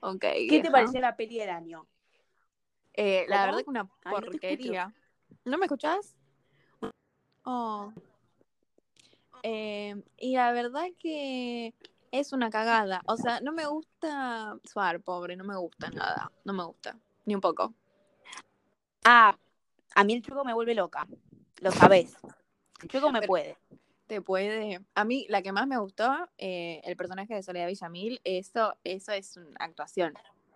Ok. ¿Qué te vieja. pareció la peli del año? Eh, la ¿Cómo? verdad que una Ay, no te porquería. ¿No me escuchás? Oh. Eh, y la verdad que es una cagada. O sea, no me gusta suar, pobre, no me gusta nada. No me gusta, ni un poco. Ah, a mí el truco me vuelve loca. Lo sabés. El truco me Pero- puede. Te puede. A mí, la que más me gustó, eh, el personaje de Soledad Villamil, eso, eso es una actuación.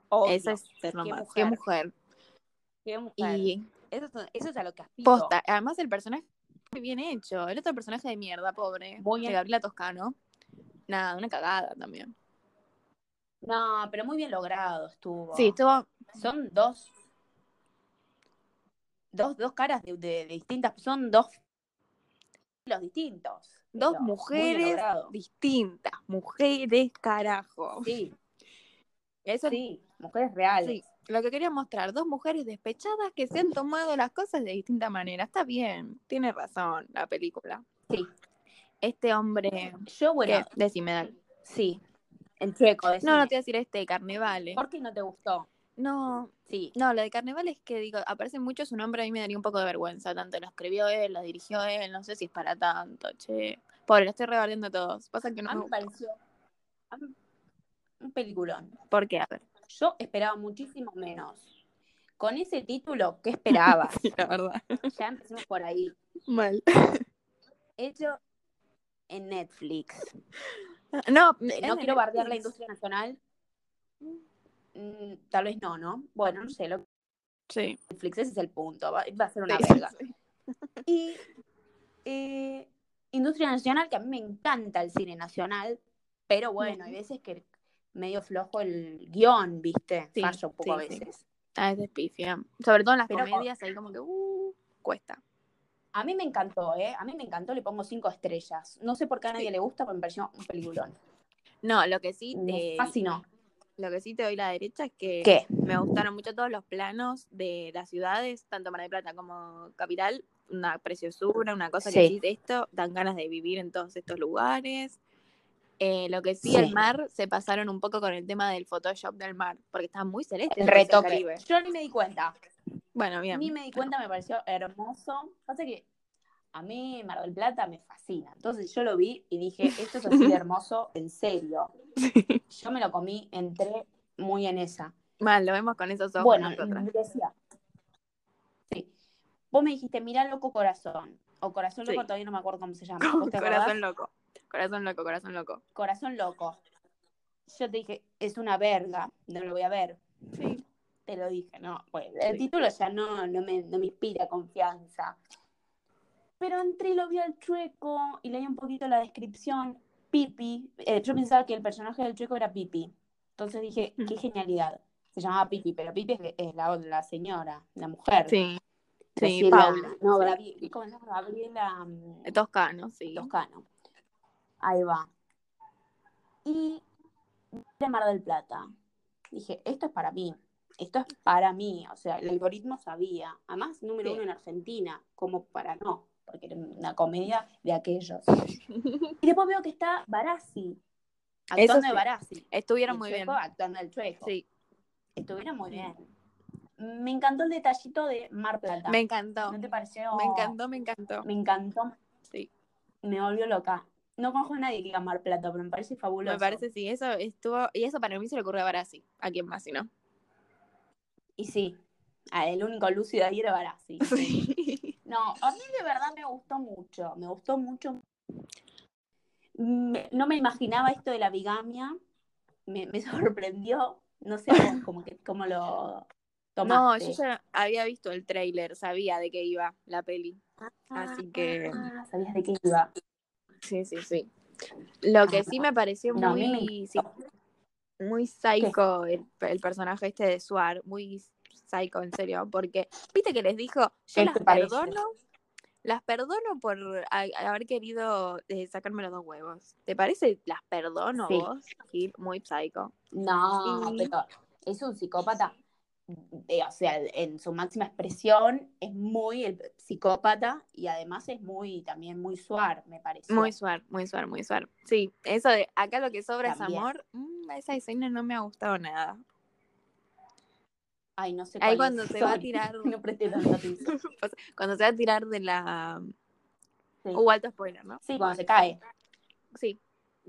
Obvio. Eso es ser nomás. Qué mujer. mujer. Qué mujer. Y Eso, es- eso es a lo que aspiro. posta. Además, el personaje muy bien hecho. El otro personaje de mierda, pobre. Muy bien. De Gabriela Toscano. Nada, una cagada también. No, pero muy bien logrado estuvo. Sí, estuvo. Son dos. Dos, dos caras de, de- de distintas. Son dos. Los distintos. Dos pero muy bien mujeres logrado. distintas. Mujeres, carajo. Sí, Eso es sí. Mujeres reales. Sí, lo que quería mostrar, dos mujeres despechadas que se han tomado las cosas de distinta manera. Está bien, tiene razón la película. Sí. Este hombre, Yo, que, bueno, decime, dale. sí. El chueco. No, no decime. te voy a decir este, Carnevale. ¿Por qué no te gustó? No, Sí. no, lo de Carnevale es que digo, aparece mucho su nombre, a mí me daría un poco de vergüenza. Tanto lo escribió él, lo dirigió él, no sé si es para tanto, che. Pobre, lo estoy rebardeando a todos. Pasa que no A me mí me gusta. pareció a mí- un peliculón. ¿Por qué? A ver. Yo esperaba muchísimo menos. Con ese título, ¿qué esperabas? La verdad. ya empecemos por ahí. Mal. Hecho en Netflix. Eh, No, No quiero bardear la industria nacional. Mm, tal vez no, ¿no? Bueno, no sé, lo Sí. Netflix, ese es el punto. Va, va a ser una Sí, verga. sí. Y eh, industria nacional, que a mí me encanta el cine nacional, pero bueno, hay veces que medio flojo el guión, ¿viste? Sí, Falla un poco sí, a sí. veces. Ah, es despifia. Sobre todo en las Pero con- comedias, ahí como que uh, cuesta. A mí me encantó, ¿eh? A mí me encantó, le pongo cinco estrellas. No sé por qué a nadie Sí. le gusta, pero me pareció un peliculón. Eh, No, lo que sí Me te, fascinó. lo que sí te doy la derecha es que ¿Qué? me gustaron mucho todos los planos de las ciudades, tanto Mar del Plata como Capital. Una preciosura, una cosa que Sí. decís esto, dan ganas de vivir en todos estos lugares. Eh, lo que sí, Sí. el mar, se pasaron un poco con el tema del Photoshop del mar, porque está muy celeste. El parece retoque. Caribe. Yo ni me di cuenta. Bueno, bien. Ni me di cuenta, me pareció hermoso. Pasa que a mí Mar del Plata me fascina. Entonces yo lo vi y dije, esto es así de hermoso, en serio. Yo me lo comí, entré muy en esa. Mal, lo vemos con esos ojos bueno, nosotras. decía. Sí. Vos me dijiste, mirá loco corazón. O corazón loco, Sí. todavía no me acuerdo cómo se llama. ¿Vos te acordás? Corazón loco. Corazón loco, corazón loco. Corazón loco. Yo te dije, es una verga, no lo voy a ver. Sí. Te lo dije, no. Bueno, el Sí. título ya no, no, me, no me inspira confianza. Pero entré y lo vi al chueco y leí un poquito la descripción. Pipi, eh, yo pensaba que el personaje del chueco era Pipi. Entonces dije, Mm. qué genialidad. Se llamaba Pipi, pero Pipi es, es la, la señora, la mujer. Sí, sí, Graciela- Paula. No, Gabriela, ¿cómo se llama? Gabriela mm, Toscano, sí. Toscano. Ahí va. Y de Mar del Plata. Dije, esto es para mí. Esto es para mí. O sea, el algoritmo sabía. Además, número Sí. uno en Argentina. Como para no. Porque era una comedia de aquellos. Y después veo que está Barassi. Actuando sí. de Barassi. Estuvieron El muy bien. chueco Actuando del chueco. Sí, Estuvieron muy bien. Me encantó el detallito de Mar Plata. me encantó. ¿No te pareció? Me encantó, me encantó. Me encantó. Sí, Me volvió loca. No conozco a nadie que diga Mar Plata, pero me parece fabuloso. me parece sí, eso estuvo y eso para mí se le ocurrió a Barassi, a quien más si no. Y sí, ah, el único lúcido ahí era Barassi. Sí. No, a mí de verdad me gustó mucho. Me gustó mucho. Me- no me imaginaba esto de la bigamia. Me, me sorprendió. No sé vos, como que cómo lo No, tomaste. yo ya había visto el tráiler, sabía de qué iba la peli. así que- Ah, sabías de qué iba. Sí, sí, sí. Lo que sí me pareció No, a mí muy sí, muy psycho el, el personaje este de Suar, muy psycho, en serio, porque viste que les dijo, yo ¿Qué las te parece? perdono, las perdono por a- haber querido eh, sacarme los dos huevos. ¿Te parece? Las perdono Sí. vos, Gil, muy psycho. No, Sí. pero es un psicópata. Eh, o sea, en su máxima expresión es muy el psicópata y además es muy, también muy suar, me parece. Muy Suar, muy Suar, muy Suar. Sí, eso de acá lo que sobra es También. amor, mm, esa escena no me ha gustado nada. Ay, no sé Ahí cuál cuando es. se va a Sorry. tirar. No presté tanta atención. Pasa- Cuando se va a tirar de la. um, Sí. Hubo alto spoiler, ¿no? Sí, cuando se cae. Sí.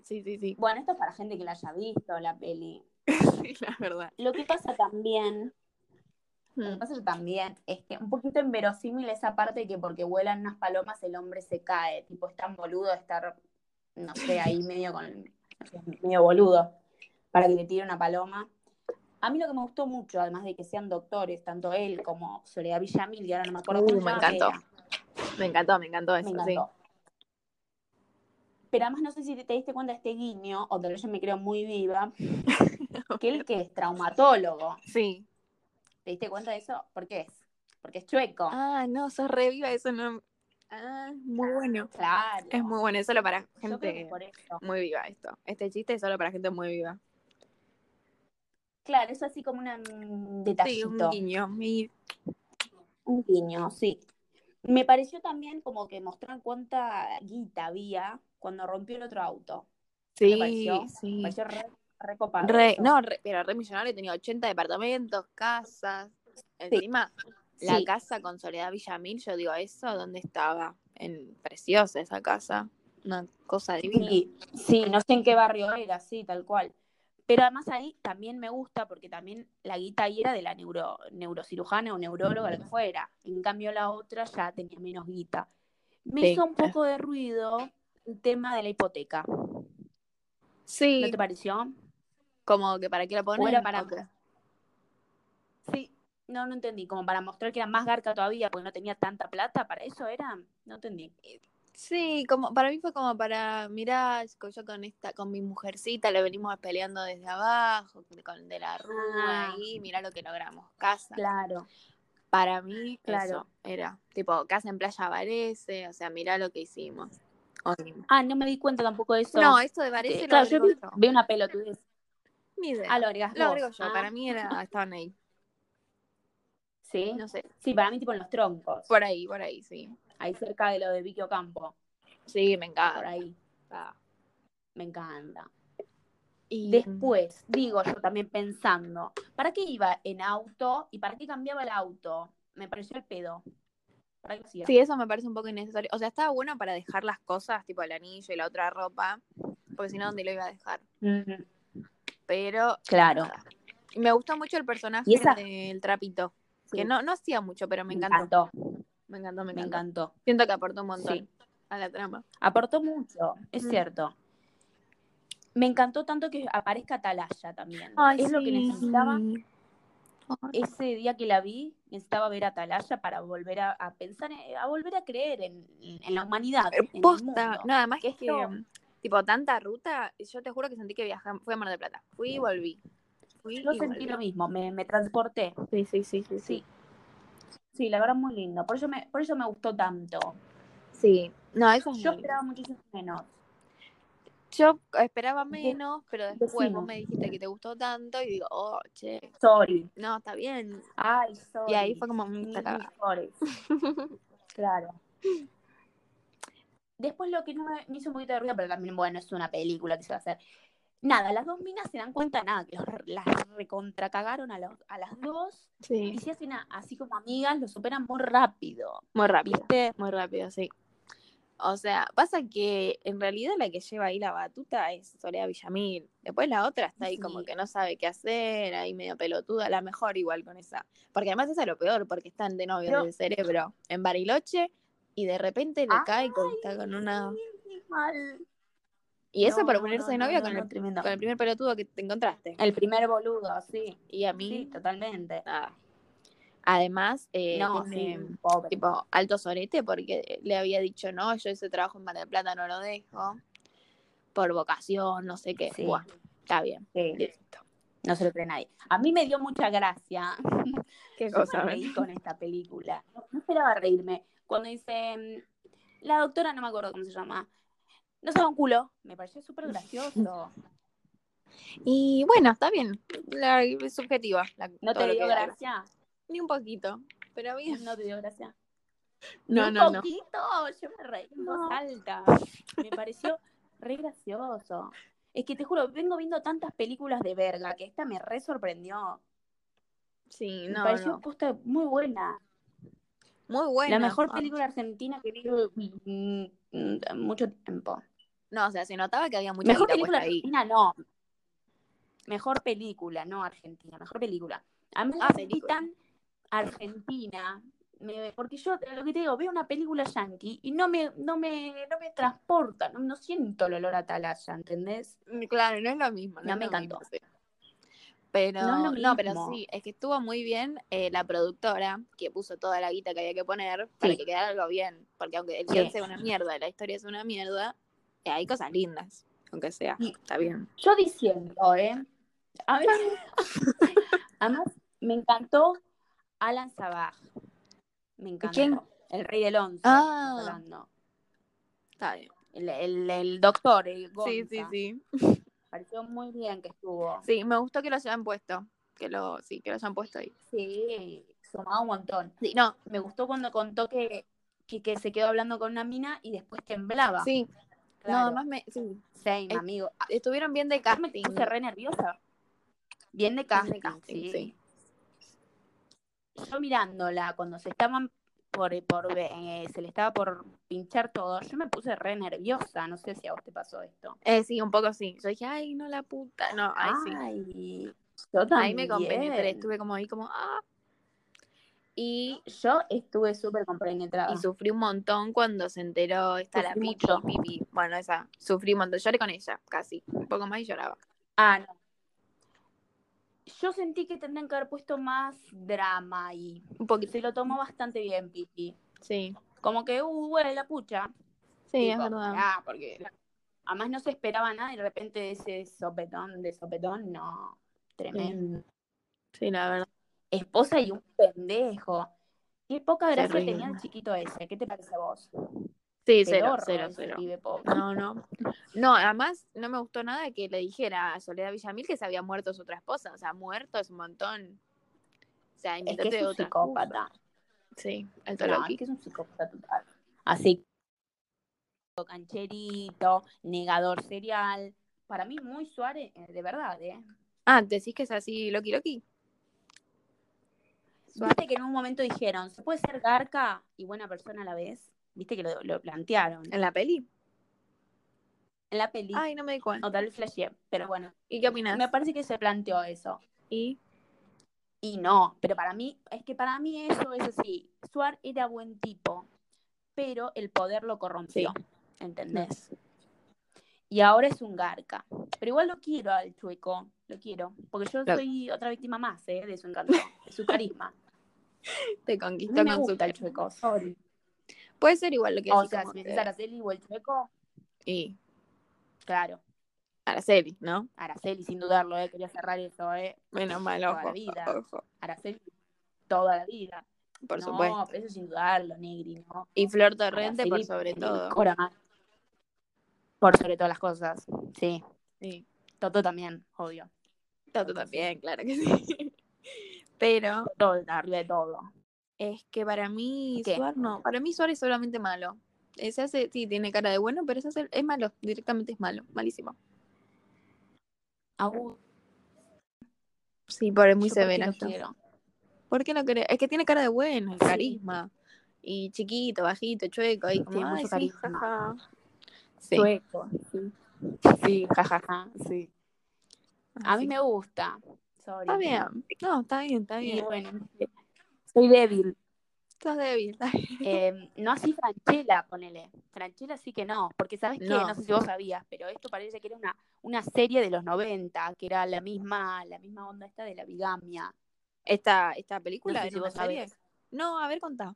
Sí, sí, sí. Bueno, esto es para gente que la haya visto, la peli. Sí, la verdad. Lo que pasa también, lo que Mm. pasa también es que un poquito inverosímil esa parte que porque vuelan unas palomas el hombre se cae. Tipo, es tan boludo estar, no sé, ahí medio con. medio boludo para que le tire una paloma. A mí lo que me gustó mucho, además de que sean doctores, tanto él como Soledad Villamil, que ahora no me acuerdo Uh, cómo se me llama, encantó. era. Me encantó, me encantó eso, Me encantó. Pero además no sé si te, te diste cuenta de este guiño, o tal vez yo me creo muy viva, que él que es traumatólogo. sí. Sí. ¿Te diste cuenta de eso? ¿Por qué es? Porque es chueco. Ah, no, sos reviva, eso no. Ah, muy bueno. claro. Es muy bueno, es solo para Yo creo que gente por eso. muy viva esto. Este chiste es solo para gente muy viva. Claro, eso así como una, un Sí, detallito. un guiño. mi- Un guiño, sí. Me pareció también como que mostraron cuánta guita había cuando rompió el otro auto. Sí, pareció? sí. Me pareció re, re copado Re- eso. no, re- pero re millonario tenía 80 departamentos, casas. Encima, la Sí. casa con Soledad Villamil, yo digo, ¿eso dónde estaba? En, preciosa esa casa. Una cosa divina. Sí, sí, no sé en qué barrio era, sí, tal cual. Pero además ahí también me gusta porque también la guita ahí era de la neuro, neurocirujana o neuróloga, lo que fuera. En cambio la otra ya tenía menos guita. Me Sí. hizo un poco de ruido el tema de la hipoteca. ¿No Sí, te pareció? como que para qué la ponen. era para- ¿O qué? Sí. No, no entendí. Como para mostrar que era más garca todavía porque no tenía tanta plata, ¿para eso era? No entendí. Sí, como para mí fue como para, mirá, con- yo con esta, con mi mujercita le venimos peleando desde abajo, con de la rúa Ah. y mirá lo que logramos, casa. Claro. Para mí Claro. eso era, tipo, casa en playa Varese, o sea, mirá lo que hicimos. O- Ah, no me di cuenta tampoco de eso. no, esto de Varese Eh, lo claro, yo agrego vi, yo. vi una pelotudez. Ni idea. Ah, lo agregás Lo vos. agrego yo, Ah, para mí era, estaban ahí, Sí. no sé, Sí, para mí tipo en los troncos. por ahí, por ahí, sí. Ahí cerca de lo de Vicky Ocampo. Sí, me Por encanta. ahí. Me encanta. Y Después, digo yo también pensando, ¿para qué iba en auto y para qué cambiaba el auto? Me pareció el pedo. ¿Para qué lo hacía? Sí, eso me parece un poco innecesario. O sea, estaba bueno para dejar las cosas, tipo el anillo y la otra ropa, porque si no, ¿dónde lo iba a dejar? Ujú, Pero Mm, Claro. nada. Y me gustó mucho el personaje Y esa- del trapito, Sí, que no, no hacía mucho, pero me me encantó. encantó. Me encantó, me Me encantó. encantó. Siento que aportó un montón Sí. a la trama. Aportó mucho, es Mm. cierto. Me encantó tanto que aparezca Atalaya también. es lo que necesitaba. ese día que la vi, necesitaba ver a Atalaya para volver a, a pensar, en- a volver a creer en, en la humanidad. en el Eh, Posta, mundo. nada más que, Que esto- um, tipo, tanta ruta, yo te juro que sentí que viajamos, fui a Mar del Plata, fui y volví. Fui Yo y sentí lo volví. mismo, me, me transporté. Sí, sí, sí, sí, sí. Sí. Sí, la verdad muy lindo. Por eso me, por eso me gustó tanto. Sí. No, eso es Yo muy- esperaba muchísimo menos. Yo esperaba Dec- menos, pero después vos decime. me dijiste que te gustó tanto y digo, oh, che, Sorry. no, está bien. Ay, sorry. Y ahí fue como, "Mm, Mil, está mil cagada". sorry. Claro. Después lo que no me, me hizo un poquito de ruido, pero también, bueno, es una película que se va a hacer. Nada, las dos minas se dan cuenta, nada, que los- las recontracagaron a, los- a las dos. Sí, Y si hacen a- así como amigas, lo superan muy rápido. muy rápido, ¿Viste? muy rápido, sí. O sea, pasa que en realidad la que lleva ahí la batuta es Soledad Villamil. Después la otra está ahí como Sí. que no sabe qué hacer, ahí medio pelotuda, la mejor igual con esa. Porque además esa es lo peor, porque están de novio Pero- del cerebro en Bariloche y de repente le Ay, cae con, está con una... Sí, mal. Y eso No, para no, ponerse no, de no, novia no, con, no, el, tremendo. con el primer pelotudo que te encontraste. El primer boludo, sí. Y a Sí, mí, totalmente. nada. Además, eh, No, sí, tiene, pobre. tipo alto sorete porque le había dicho, no, yo ese trabajo en Mar del Plata no lo dejo, por vocación, no sé qué. Sí. Buah, está bien. Sí, Listo. no se lo cree nadie. A mí me dio mucha gracia. ¿Qué Yo cosa? me reí con esta película. No, no esperaba reírme. Cuando dice mm, la doctora, no me acuerdo cómo se llama. No se da un culo. Me pareció súper gracioso. Y bueno, está bien. La, es subjetiva. la- ¿No todo te lo dio que haga. gracia? Ni un poquito. Pero bien. No te dio gracia. No, Ni no, un no. poquito, yo me reí en voz No. alta. Me pareció re gracioso. Es que te juro, vengo viendo tantas películas de verga que esta me re sorprendió. Sí, Me no, pareció no. posta muy buena. Muy buena. la mejor aparte. película argentina que vi mm, mm, mucho tiempo. No, o sea, se notaba que había mucha mejor guita puesta película ahí. argentina, no. Mejor película, no argentina, mejor película. A mí Ah, la película. tan argentina, me- porque yo, lo que te digo, veo una película yankee y no me, no me, no me transporta, no, no siento el olor a atalaya, ¿entendés? Mm, Claro, no es lo mismo. No, No es me lo mismo, encantó. sí. Pero, No no, es lo pero mismo. sí, es que estuvo muy bien eh, la productora que puso toda la guita que había que poner para Sí. que quedara algo bien. Porque aunque el Sí. guión sea una mierda, la historia es una mierda, eh, hay cosas lindas, aunque sea. Sí. Está bien. Yo diciendo, ¿eh? A mí- además, me encantó Alan Sabaj. Me encantó. quién? El rey del once. Ah. estamos hablando. Está bien. El, el- el doctor, el Sí, sí, Gonza. sí. Pareció muy bien que estuvo. Sí, me gustó que lo hayan puesto. Que lo, sí, que lo hayan puesto ahí. Sí, sumaba un montón. Sí, no, Me gustó cuando contó que, que, que se quedó hablando con una mina y después temblaba. sí. No, Claro. además me, sí. Same, es- amigo. Estuvieron bien de Yo me casting. puse re nerviosa. Bien de casting, Bien de casting, sí. sí. Yo mirándola, cuando se estaban por, por eh, se le estaba por pinchar todo, yo me puse re nerviosa. No sé si a vos te pasó esto. Eh, sí, un poco sí. Yo dije, ay, no la puta. No, ahí sí. Ay, yo también. Ahí me compenetré, estuve como ahí como, ah. Y, Yo estuve súper compenetrada. y sufrí un montón cuando se enteró está la Sufrí pipi, mucho. pipi. Bueno, esa, sufrí un montón. Lloré con ella, casi. Un poco más y lloraba. Ah, no. Yo sentí que tendrían que haber puesto más drama ahí. Un poquito. Se lo tomó bastante bien, Pipi. Sí. Como que, uh, huele la pucha. Sí, es Tipo, verdad. pará, porque además no se esperaba nada y de repente ese sopetón de sopetón, no. Tremendo. Sí, la verdad. Esposa y un pendejo. Qué poca gracia Terrible. tenía el chiquito ese. ¿Qué te parece a vos? Sí, cero, Pedorro cero, ese cero. pibe, pobre. No, no. No, además no me gustó nada que le dijera a Soledad Villamil que se había muerto su otra esposa. O sea, muerto es un montón. O sea, Es que inventate es un otra. psicópata. Sí, alto No, loqui. es que es un psicópata total. Así. Cancherito, negador serial. Para mí, muy Suárez, eh, de verdad, ¿eh? Ah, decís que es así, Loki Loki. Viste que en un momento dijeron, ¿se puede ser garca y buena persona a la vez? Viste que lo, lo plantearon. ¿En la peli? En la peli. Ay, no me di cuenta. O tal vez flashé, pero bueno. ¿Y qué opinas? Me parece que se planteó eso. Y Y no, pero para mí, es que para mí eso es así. Suar era buen tipo, pero el poder lo corrompió. ¿Entendés? Y ahora es un garca. Pero igual lo quiero al chueco, lo quiero. Porque yo Lo- soy otra víctima más, ¿eh? De su encanto, de su carisma. te No conquistó me con su gusta el chueco, sorry. Puede ser igual lo que O decís, sea, si como me que- decís Araceli o el chueco, Y claro. Araceli, ¿no? Araceli, sin dudarlo, ¿eh? Quería cerrar eso, ¿eh? Menos mal, Toda ojo. la vida. ojo, Araceli, toda la vida. por no, supuesto. pero eso sin dudarlo, Negri, ¿no? Y Flor Torrente, Araceli, por sobre Negri, todo. Cora más. Por sobre todas las cosas, sí. Sí. Toto también, obvio. Tato también, claro que sí. Pero Todo, arriba de todo. es que para mí ¿Qué? Suar no. Para mí Suar es solamente malo. Eh, Se hace, sí, tiene cara de bueno, pero se hace- es malo. Directamente es malo. Malísimo. Abu, Sí, pero es muy yo por qué severa. lo yo. quiero. ¿Por qué no querés? Es que tiene cara de bueno, el Sí. carisma. Y chiquito, bajito, chueco, y como, Tiene ay, mucho sí, carisma. jaja. Sí. Sueco, sí. Sí, jajaja, sí. A mí Así me gusta. Sorry. Está bien. No, está bien, está Y bien. bueno, este, soy débil. Estás débil, está bien. Eh, no así Franchella, ponele. Franchella sí que no, porque sabes que, No. no sé si vos sabías, pero esto parece que era una, una serie de los 90, que era la misma, la misma onda esta de la bigamia. ¿Esta, esta película No sé era si una vos sabés. serie? No, a ver, contá.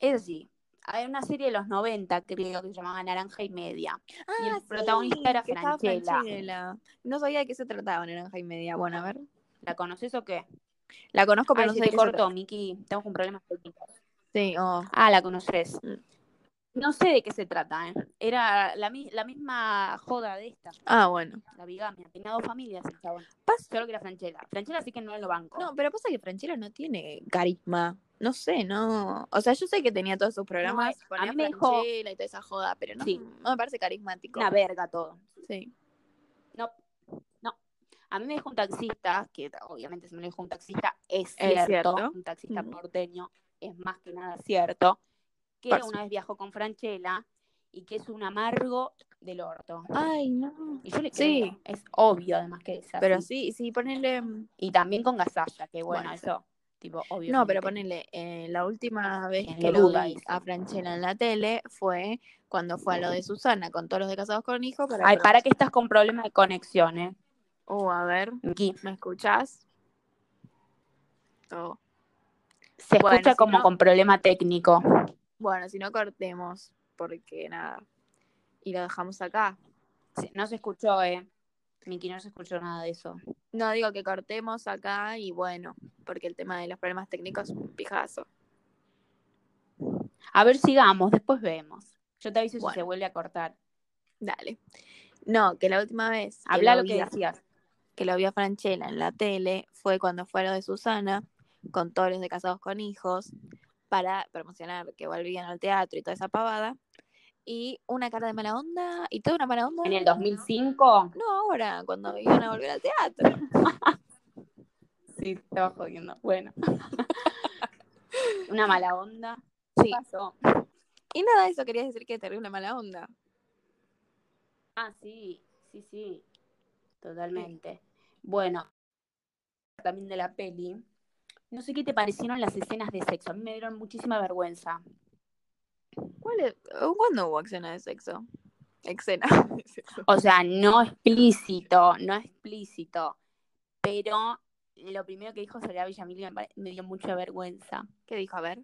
Es así, hay una serie de los 90, creo, que se llamaba Naranja y Media. Y el protagonista era Ah, que estaba Franchella. Franchella. No sabía de qué se trataba Naranja y Media. Bueno, a ver. ¿La conoces o qué? La conozco, pero Ay, no se sé de te qué se cortó, Miki. Tengo un problema técnico. trata. Sí, oh. Ah, la conoces. Mm. No sé de qué se trata, ¿eh? Era la, mi- la misma joda de esta, Ah, bueno. la bigamia. Tenía dos familias el chabón. Pas- Solo que era Franchella. Franchella sí que no lo banco. No, pero pasa que Franchella no tiene carisma. No sé, no. O sea, yo sé que tenía todos sus programas, No, a ponía mí me dijo- Franchella y toda esa joda, pero no, Sí. no me parece carismático. Una verga todo. Sí. No, no. A mí me dijo un taxista, que obviamente si me lo dijo un taxista, es Es cierto, cierto. un taxista Ujú. porteño, es más que nada cierto, que Por una vez viajó con Franchella y que es un amargo del orto. Ay, no. Y yo le Sí. creo, es obvio además que es así. Pero sí, sí, ponele. mm, Y también con Gasalla, que bueno, Bueno. eso, tipo, obvio. No, pero ponele, eh, la última vez En que la lo duda vi hizo. a Franchella en la tele fue cuando fue a lo de Susana con todos los de casados con hijos. Para Ay, para que estás con problemas de conexión, ¿eh? Oh, a ver, Miki, ¿me escuchás? Oh. se Bueno, escucha si como no- con problema técnico. Bueno, si no cortemos, porque nada. Y lo dejamos acá. Sí, No se escuchó, ¿eh? Miki, no se escuchó nada de eso. No digo que cortemos acá y bueno, porque el tema de los problemas técnicos es un pijazo. A ver, sigamos, después vemos. Yo te aviso Bueno. si se vuelve a cortar. Dale. No, que la última vez que Habla lo lo que vi a- decías. que lo vi a Franchella en la tele fue cuando fue a lo de Susana con todos los de casados con hijos para promocionar que volvían al teatro y toda esa pavada. Y una cara de mala onda y toda una mala onda. En el 2005. No ahora, cuando iban a volver al teatro. Sí, estaba jodiendo. Bueno. Una mala onda. Sí. pasó? Y nada, eso quería decir que terrible mala onda. Ah, sí, sí, sí. Totalmente. Bueno, también de la peli. No sé qué te parecieron las escenas de sexo. A mí me dieron muchísima vergüenza. ¿Cuál es- ¿Cuándo hubo escena de sexo? Escena. de sexo. O sea, no explícito, no explícito. Pero lo primero que dijo Soledad Villamil me pare- me dio mucha vergüenza. ¿Qué dijo? A ver.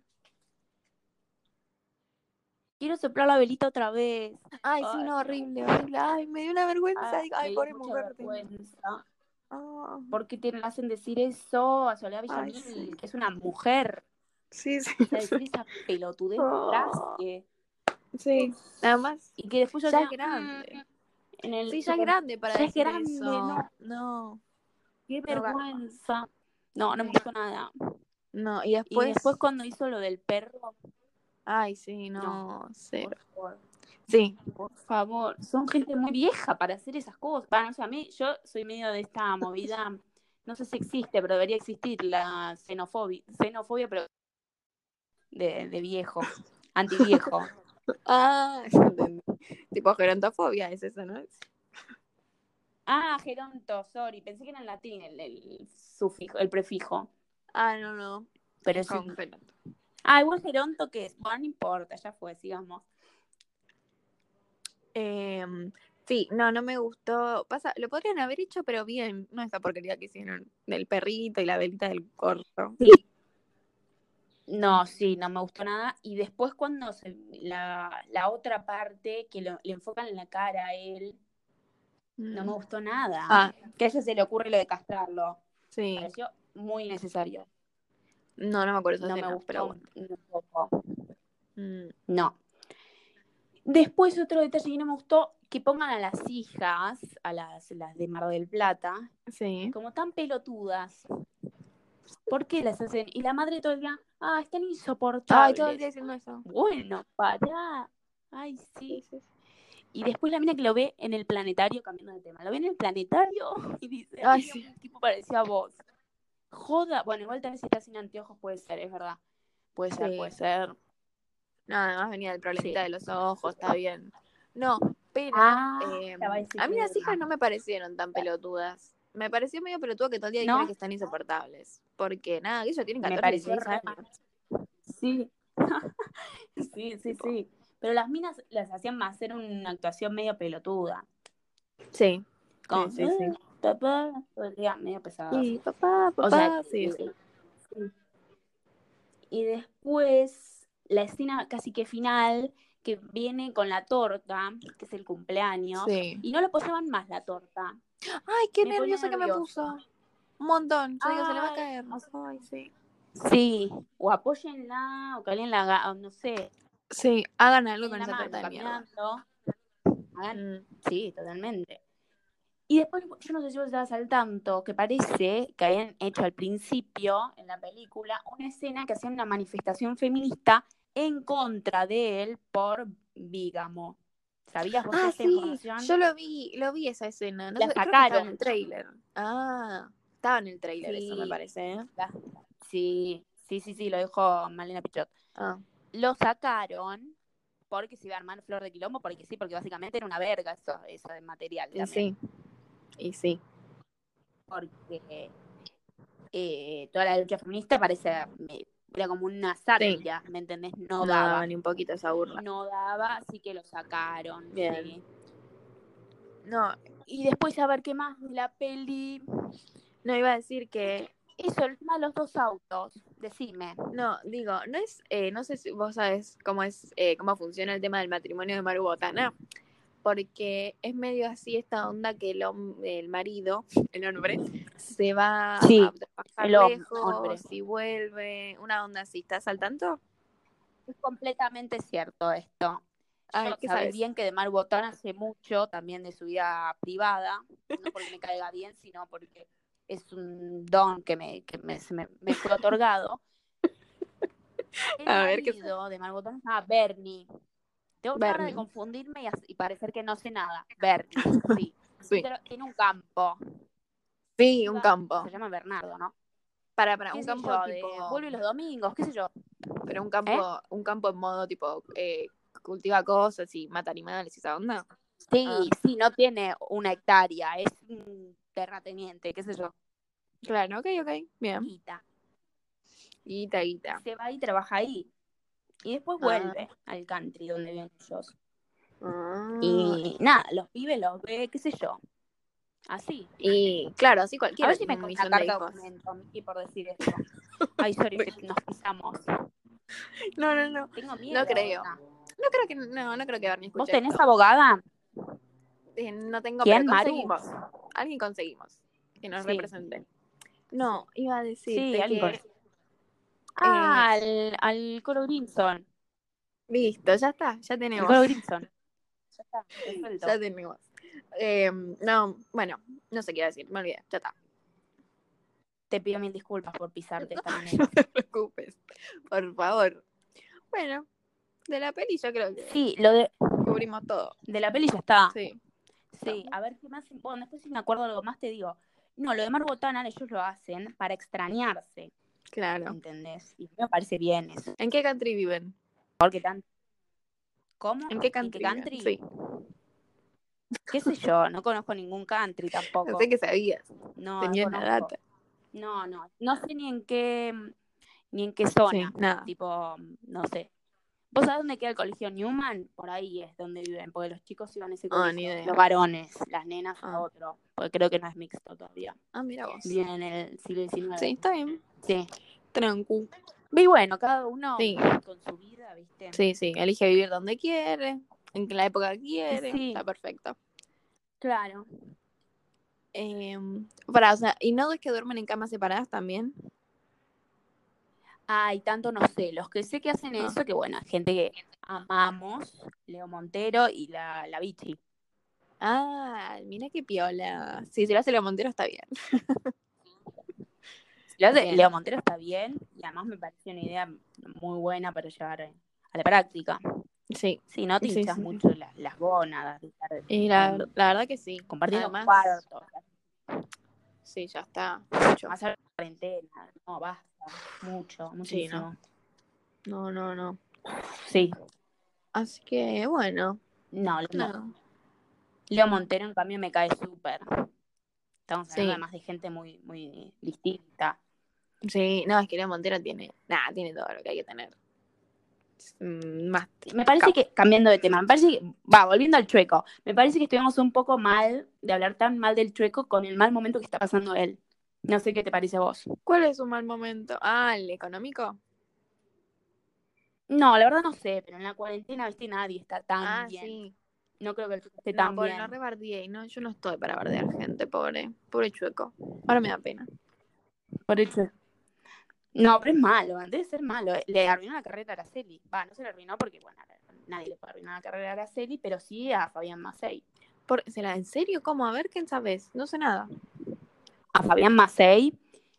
Quiero soplar la velita otra vez. Ay, Ay, sí, no, no. horrible, horrible. Ay, me dio una vergüenza. Digo, me Ay, dio pobre mucha mujer. vergüenza. Ah, ¿Por qué te hacen decir eso a Soledad Ay, Villamil, sí. que es una mujer? sí, sí. O sea, decir esa pelotudez Ah. frase. Sí, nada más. Y que después yo Ya es diga, grande. "Mm", en el Sí, ya es super- grande para Ya es decir grande, eso. no. No. Qué No, ga- vergüenza. No, no me Sí. Pues gustó nada. No, y Y después. después cuando hizo lo del perro, Ay, sí, no, No. cero. por favor, Sí, por favor, son gente muy vieja para hacer esas cosas. Para, no sé, a mí, yo soy medio de esta movida, no sé si existe, pero debería existir la xenofobia, xenofobia pero de, de viejo, antiviejo. ah, ya entendí. tipo gerontofobia es eso, ¿no? Ah, geronto, sorry, pensé que era en latín el, el sufijo, el prefijo. Ah, no, no, Pero es con geronto. Ah, igual geronto que es. Bueno, no importa, ya fue, sigamos. Em, sí, no, no me gustó. Pasa, lo podrían haber hecho, pero bien, no esta porquería que hicieron del perrito y la velita del corto. No, sí, no me gustó nada. Y después cuando se- la, la otra parte que lo- le enfocan en la cara a él, no me gustó nada. Mm. Ah, Que a ella se le ocurre lo de castrarlo. sí. Me pareció muy necesario. No, no me acuerdo esa No me escena, gustó pero bueno. ni un poco. Mm. No. Después otro detalle que no me gustó, que pongan a las hijas, a las, las de Mar del Plata, Sí. como tan pelotudas. ¿Por qué las hacen? Y la madre todo el día, ah, están insoportables. Ay, todo el día diciendo eso. Bueno, pará. Ay, sí. Y después la mina que lo ve en el planetario, cambiando de tema, lo ve en el planetario y dice, Ay, ay, sí. un tipo parecido a vos. Joda. Bueno, igual tal vez si está sin anteojos puede ser, es verdad. Puede ser, Sí. puede ser. No, además venía el problemita de los ojos, está bien. No, pero Ah, eh, ya va a decir a mí que las no. hijas no me parecieron tan pelotudas. Me pareció medio pelotudo que todo el día dijeron ¿No? que están insoportables. Porque nada, que ellos tienen Me 14 y pareció 16 re años. Sí. sí, sí, sí. Pero las minas las hacían más hacer una actuación medio pelotuda. Sí. Como, Sí, sí, sí. "Ah, papá, todo el día medio pesada. Y papá, papá, O sea, sí, y- sí. sí. Y después la escena casi que final, que viene con la torta, que es el cumpleaños, Sí. y no lo posaban más la torta. Ay, qué Me pone nerviosa que me nerviosa. puso. Un montón. Yo digo, se le va a Ay, caer. o sea- Ay, sí. Sí. O apóyenla, o calen la, ga- o no sé, Sí, hagan algo en con la esa mano, torta de mierda. caminando. Hagan- Mm. Sí, totalmente. Y después, yo no sé si vos estabas al tanto, que parece que habían hecho al principio, en la película, una escena que hacía una manifestación feminista en contra de él por bígamo. ¿Sabías vos Ah, esa sí, información? yo lo vi, lo vi esa escena. No La sé, creo que estaba en sacaron. el trailer. Ah, estaba en el trailer eso me Sí. parece. ¿eh? Sí, sí, sí, sí, lo dijo Malena Pichot. Ah, Lo sacaron porque se iba a armar flor de quilombo, porque sí, porque básicamente era una verga eso, eso de material. y También, sí, y sí. Porque eh, toda la lucha feminista parece me- era como una sátira, ¿me entendés? No, No daba, daba ni un poquito esa burla. no daba, así que lo sacaron. Bien. sí. No, Y después a ver qué más de la peli. no iba a decir que Eso, el tema de los dos autos, decime. No, digo, no es, eh, no sé si vos sabés cómo es, eh, cómo funciona el tema del matrimonio de Maru Botana, porque es medio así esta onda que el, hom- el marido, el hombre, se va Sí, a trabajar el hom- hombre. lejos y vuelve, una onda así, ¿estás al tanto? Es completamente cierto esto. Ay, Yo ¿qué sabés sabes? bien que de Mar Botán hace mucho, también de su vida privada, no porque me caiga bien, sino porque es un don que me, que me, se me- me fue otorgado. El A ver, ¿qué- marido de Mar Botán se llama Bernie. Tengo que de Bernie. confundirme y, hac- y parecer que no sé nada. Bernie, sí. Sí, Pero tiene un campo. sí un campo. Se llama Bernardo, ¿no? Para, para, ¿Qué un sé campo yo, de- tipo, Vuelve los domingos, qué sé yo. pero un campo, un campo en modo tipo, eh, cultiva cosas y mata animales y esa onda. Sí, Ah. sí, no tiene una hectárea, es un terrateniente, qué sé yo. Claro, ok, ok, bien. Quita. Guita, guita. se va y trabaja ahí. Y después Ah. vuelve al country donde viven ellos. Y Y nada, los pibes los ve, qué sé yo. Así. Y claro, así A cualquiera. ver si me tiene un encuentro millón de carta de hijos. documento, Miki, por decir esto. Ay, sorry, nos pisamos. No, no, no. Tengo miedo. creo. Ah. No creo que no, no creo que Bernie escuche ¿Vos tenés esto. abogada? Eh, No tengo ¿Quién, pero Maru? conseguimos. Alguien conseguimos que nos Sí. represente. No, iba a decir alguien que con- Ah, al, al Colo Grimson. listo, ya está, ya El tenemos. Colo Grimson. Ya está, resuelto. Ya tenemos. Eh, no, bueno, no sé qué iba a decir, me olvidé, ya está. Te pido mil disculpas por pisarte también. No te preocupes, por favor. Bueno, de la peli yo creo que Sí, Ah. lo de, cubrimos todo. de la peli ya está. Sí. Sí, a ver qué más. Bueno, después si me acuerdo algo más te digo. No, lo de Mar Botana ellos lo hacen para extrañarse, Claro. ¿entendés? Y me parece bien eso. ¿En qué country viven? Porque tan... ¿Cómo? ¿En qué country? viven? Sí. ¿Qué sé yo? No conozco ningún country tampoco. Pensé que sabías. No, Tenía no una conozco. data. No, no. No sé ni en qué ni en qué zona. Sí, nada. Tipo, no sé. ¿Vos sabés dónde queda el colegio Newman? Por ahí es donde viven, porque los chicos iban a ese Ah, colegio. ni idea. Los varones, las nenas Ah. a otro. Porque creo que no es mixto todavía. Ah, mira vos. Sí, Bien en el siglo XIX. está bien. Sí. Tranqui. Y bueno, cada uno Sí. con su vida, ¿viste? Sí, sí. Elige vivir donde quiere, en la época que quiere. Sí. Está perfecto. Claro. Eh, para, o sea, ¿y no es que duermen en camas separadas también? Ay, tanto no sé. Los que sé que hacen Ah. eso, que bueno, gente que amamos, Leo Montero y la, la Vichy. Ah, mira qué piola. Sí, si lo hace Leo Montero está bien. Si lo hace Bien. Leo Montero está bien y además me pareció una idea muy buena para llevar eh, a la práctica. Sí. Sí, no te Sí, hinchas sí. mucho la- las gónadas, de estar Y la, la verdad que sí. compartiendo Además, cuartos, sí, ya está. hacer cuarentena, no, basta, mucho, muchísimo. No, no, no. Sí, Así que, bueno. no, no. No. Leo Montero, en cambio, me cae súper. Estamos hablando Sí. además de gente muy, muy distinta. Sí, no, es que Leo Montero tiene, nada, tiene todo lo que hay que tener. Es, mm, Más Me parece que, cambiando de tema, me parece que, va, volviendo al chueco, me parece que estuvimos un poco mal de hablar tan mal del chueco con el mal momento que está pasando él. No sé qué te parece a vos. ¿Cuál es un mal momento? Ah, el económico. No, la verdad no sé, pero en la cuarentena, viste, nadie está tan Ah, bien. sí. No creo que el chueco esté No, tan pobre, bien. no rebardié. No, yo no estoy para bardear gente, pobre. Pobre chueco. Ahora me da pena. Por eso. No, pero es malo, debe ser malo. Le arruinó la carrera a Araceli. Va, no se le arruinó porque, bueno, nadie le puede arruinar la carrera a Araceli, pero sí a Fabián Macei. Por- ¿Será en serio? ¿Cómo? A ver, ¿quién sabes? No sé nada. a Fabián Macei.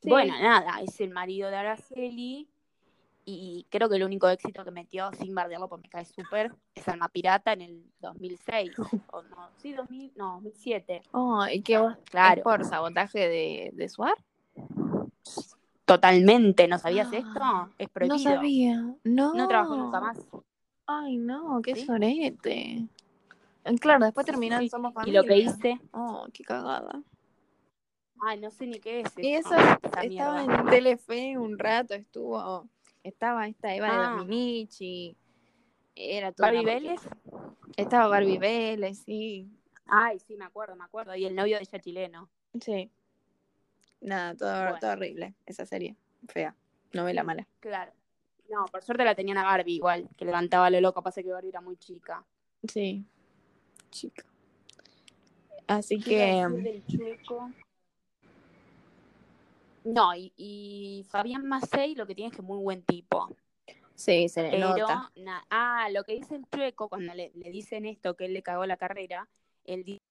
Sí. Bueno, nada, es el marido de Araceli. y creo que el único éxito que metió, sin bardearlo porque me cae súper, es Alma Pirata en el 2006, o no, sí, 2000, no, 2007. Oh, ¿y qué va- Claro. ¿Es por sabotaje de, de Suar? Totalmente, ¿no sabías Ah, esto? Es prohibido. No sabía. No. No trabajó nunca más. Ay, no, qué ¿Sí? sorete. Eh, Claro, después terminó Sí, el Somos Y Familia. lo que hice, Oh, qué cagada. ay, no sé ni qué es. Y eso esto, esa estaba mierda. en Telefe un rato, estuvo. Estaba esta Eva Ah. de Dominici. Era todo. Barbie Vélez. Estaba Barbie Vélez, sí. Ay, sí, me acuerdo, me acuerdo. Y el novio de ella chileno. Sí. Nada, todo, Bueno. todo horrible. Esa serie. Fea. Novela mala. Claro. No, por suerte la tenían a Barbie igual, que levantaba lo loco, pasa que Barbie era muy chica. Sí. Chica. Así ¿Qué iba que. a decir del Chueco? No, y, y Fabián Macei lo que tiene es que es muy buen tipo. Sí, se le Pero, nota. Mm. na- ah, lo que dice el Chueco cuando le, le dicen esto, que él le cagó la carrera, él dice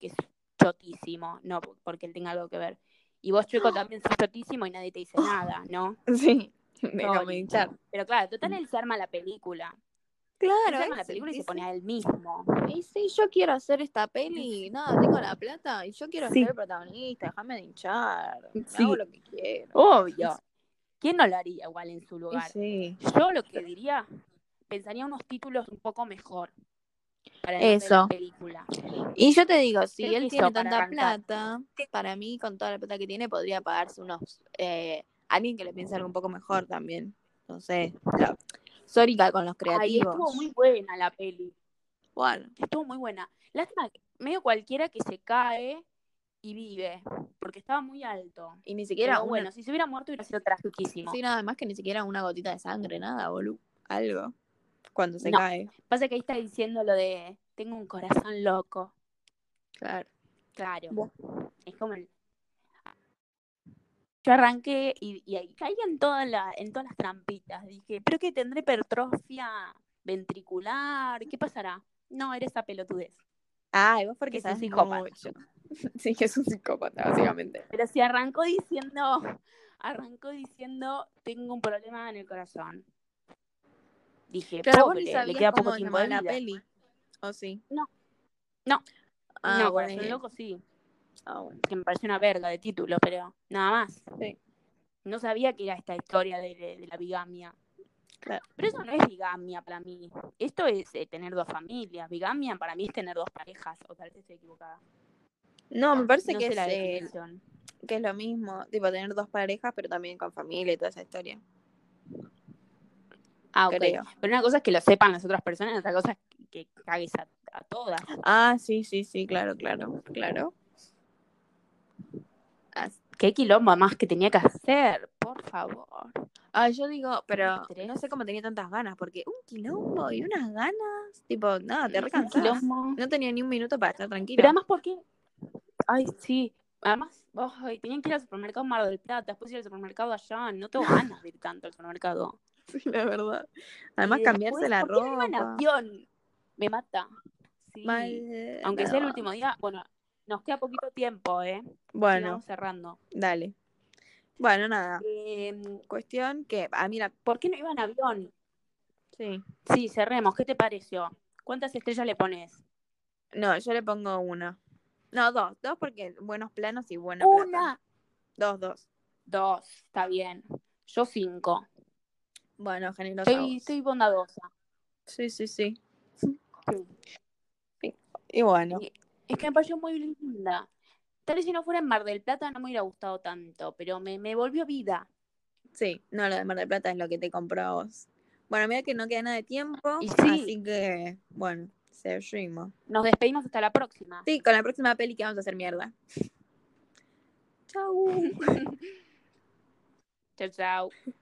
que es chotísimo, no por- porque él tenga algo que ver. Y vos, ¡Ah! Chueco, también sos chotísimo y nadie te dice nada, ¿no? Sí. Déjame Sorry. hinchar. Pero claro, total, él se arma la película. Él Mm. Claro, se arma la ese, película y se dice, pone a él mismo. dice, yo quiero hacer esta peli, nada, tengo la plata y yo quiero Sí. ser el protagonista, déjame de hinchar, me Sí. hago lo que quiero. Obvio. ¿Quién no lo haría igual en su lugar? Sí. Yo lo que diría, pensaría unos títulos un poco mejor para el nombre de Eso. la película. Y yo te digo, si Creo él que tiene eso, para tanta arrancar. plata, para mí, con toda la plata que tiene, podría pagarse unos, eh, alguien que le piense algo un poco mejor también. Entonces, claro. sorry ca- con los Ay, creativos. estuvo muy buena la peli. Bueno, Estuvo muy buena. Lástima, que medio cualquiera que se cae y vive, porque estaba muy alto. y ni Pero siquiera una- bueno, si se hubiera muerto hubiera sido tragiquísimo. sí, nada más que ni siquiera una gotita de sangre, nada, boludo, algo, cuando se No. cae. Pasa que ahí está diciendo lo de, tengo un corazón loco. Claro. Claro. Bu- Es como el- Yo arranqué y, y ahí caí en, toda la, en todas las trampitas. Dije, ¿pero qué tendré hipertrofia ventricular? ¿Qué pasará? No, era esa pelotudez. Ay, vos porque Que es un sabes psicópata. mucho. Sí, que es un psicópata, básicamente. Pero si arrancó diciendo, arrancó diciendo, tengo un problema en el corazón. Dije, Claro, vos pobre, ni le sabías queda poco cómo se tiempo de llamaba vida. la peli. ¿O sí? No. No. Ah, no, bueno. Corazón Loco sí, Ah, bueno. que me pareció una verga de título, pero nada más. Sí. No sabía que era esta historia de, de- de la bigamia. Claro. Pero eso no es bigamia para mí. Esto es eh, tener dos familias. Bigamia para mí es tener dos parejas, o tal vez estoy equivocada. No, me parece no que, sé es, la eh, definición. que es lo mismo. Tipo, tener dos parejas, pero también con familia y toda esa historia. Ah, ok. creo. Pero una cosa es que lo sepan las otras personas, otra cosa es que que cagues a, a todas. Ah, sí, sí, sí, claro, claro, claro. As- ¿Qué quilombo más que tenía que hacer? Por favor. Ah, yo digo, pero Tres. no sé cómo tenía tantas ganas, porque un quilombo y unas ganas, tipo, nada, te Un recansás. quilombo. No tenía ni un minuto para estar tranquila. Pero además, ¿por qué? Ay, sí. Además, ay, tenían que ir al supermercado Mar del Plata, después ir al supermercado allá. No tengo ganas de ir tanto al supermercado. Sí, la verdad. Además, Y cambiarse después, la ¿por qué no iba en ropa. avión? Me mata. Sí. Mal, Aunque sea el no. último día, bueno, nos queda poquito tiempo, ¿eh? Bueno, Sigamos cerrando. dale. Bueno, nada. Eh, Cuestión que ah, a mí la. ¿Por qué no iba en avión? Sí. Sí, cerremos. ¿Qué te pareció? ¿Cuántas estrellas le pones? No, yo le pongo una. No, dos. Dos porque buenos planos y buena plata. Una. Dos, dos. Dos. Está bien. Yo cinco. Bueno, generosa Estoy, vos. estoy bondadosa. Sí, sí, sí. Sí. Y bueno. Y Es que me pareció muy linda. Tal vez si no fuera en Mar del Plata no me hubiera gustado tanto, pero me, me volvió vida. Sí, no, lo de Mar del Plata es lo que te compró a vos. Bueno, mira que no queda nada de tiempo. Y sí. Así que, bueno, seguimos. Nos despedimos hasta la próxima. Sí, con la próxima peli que vamos a hacer mierda. Chau. chao, chao.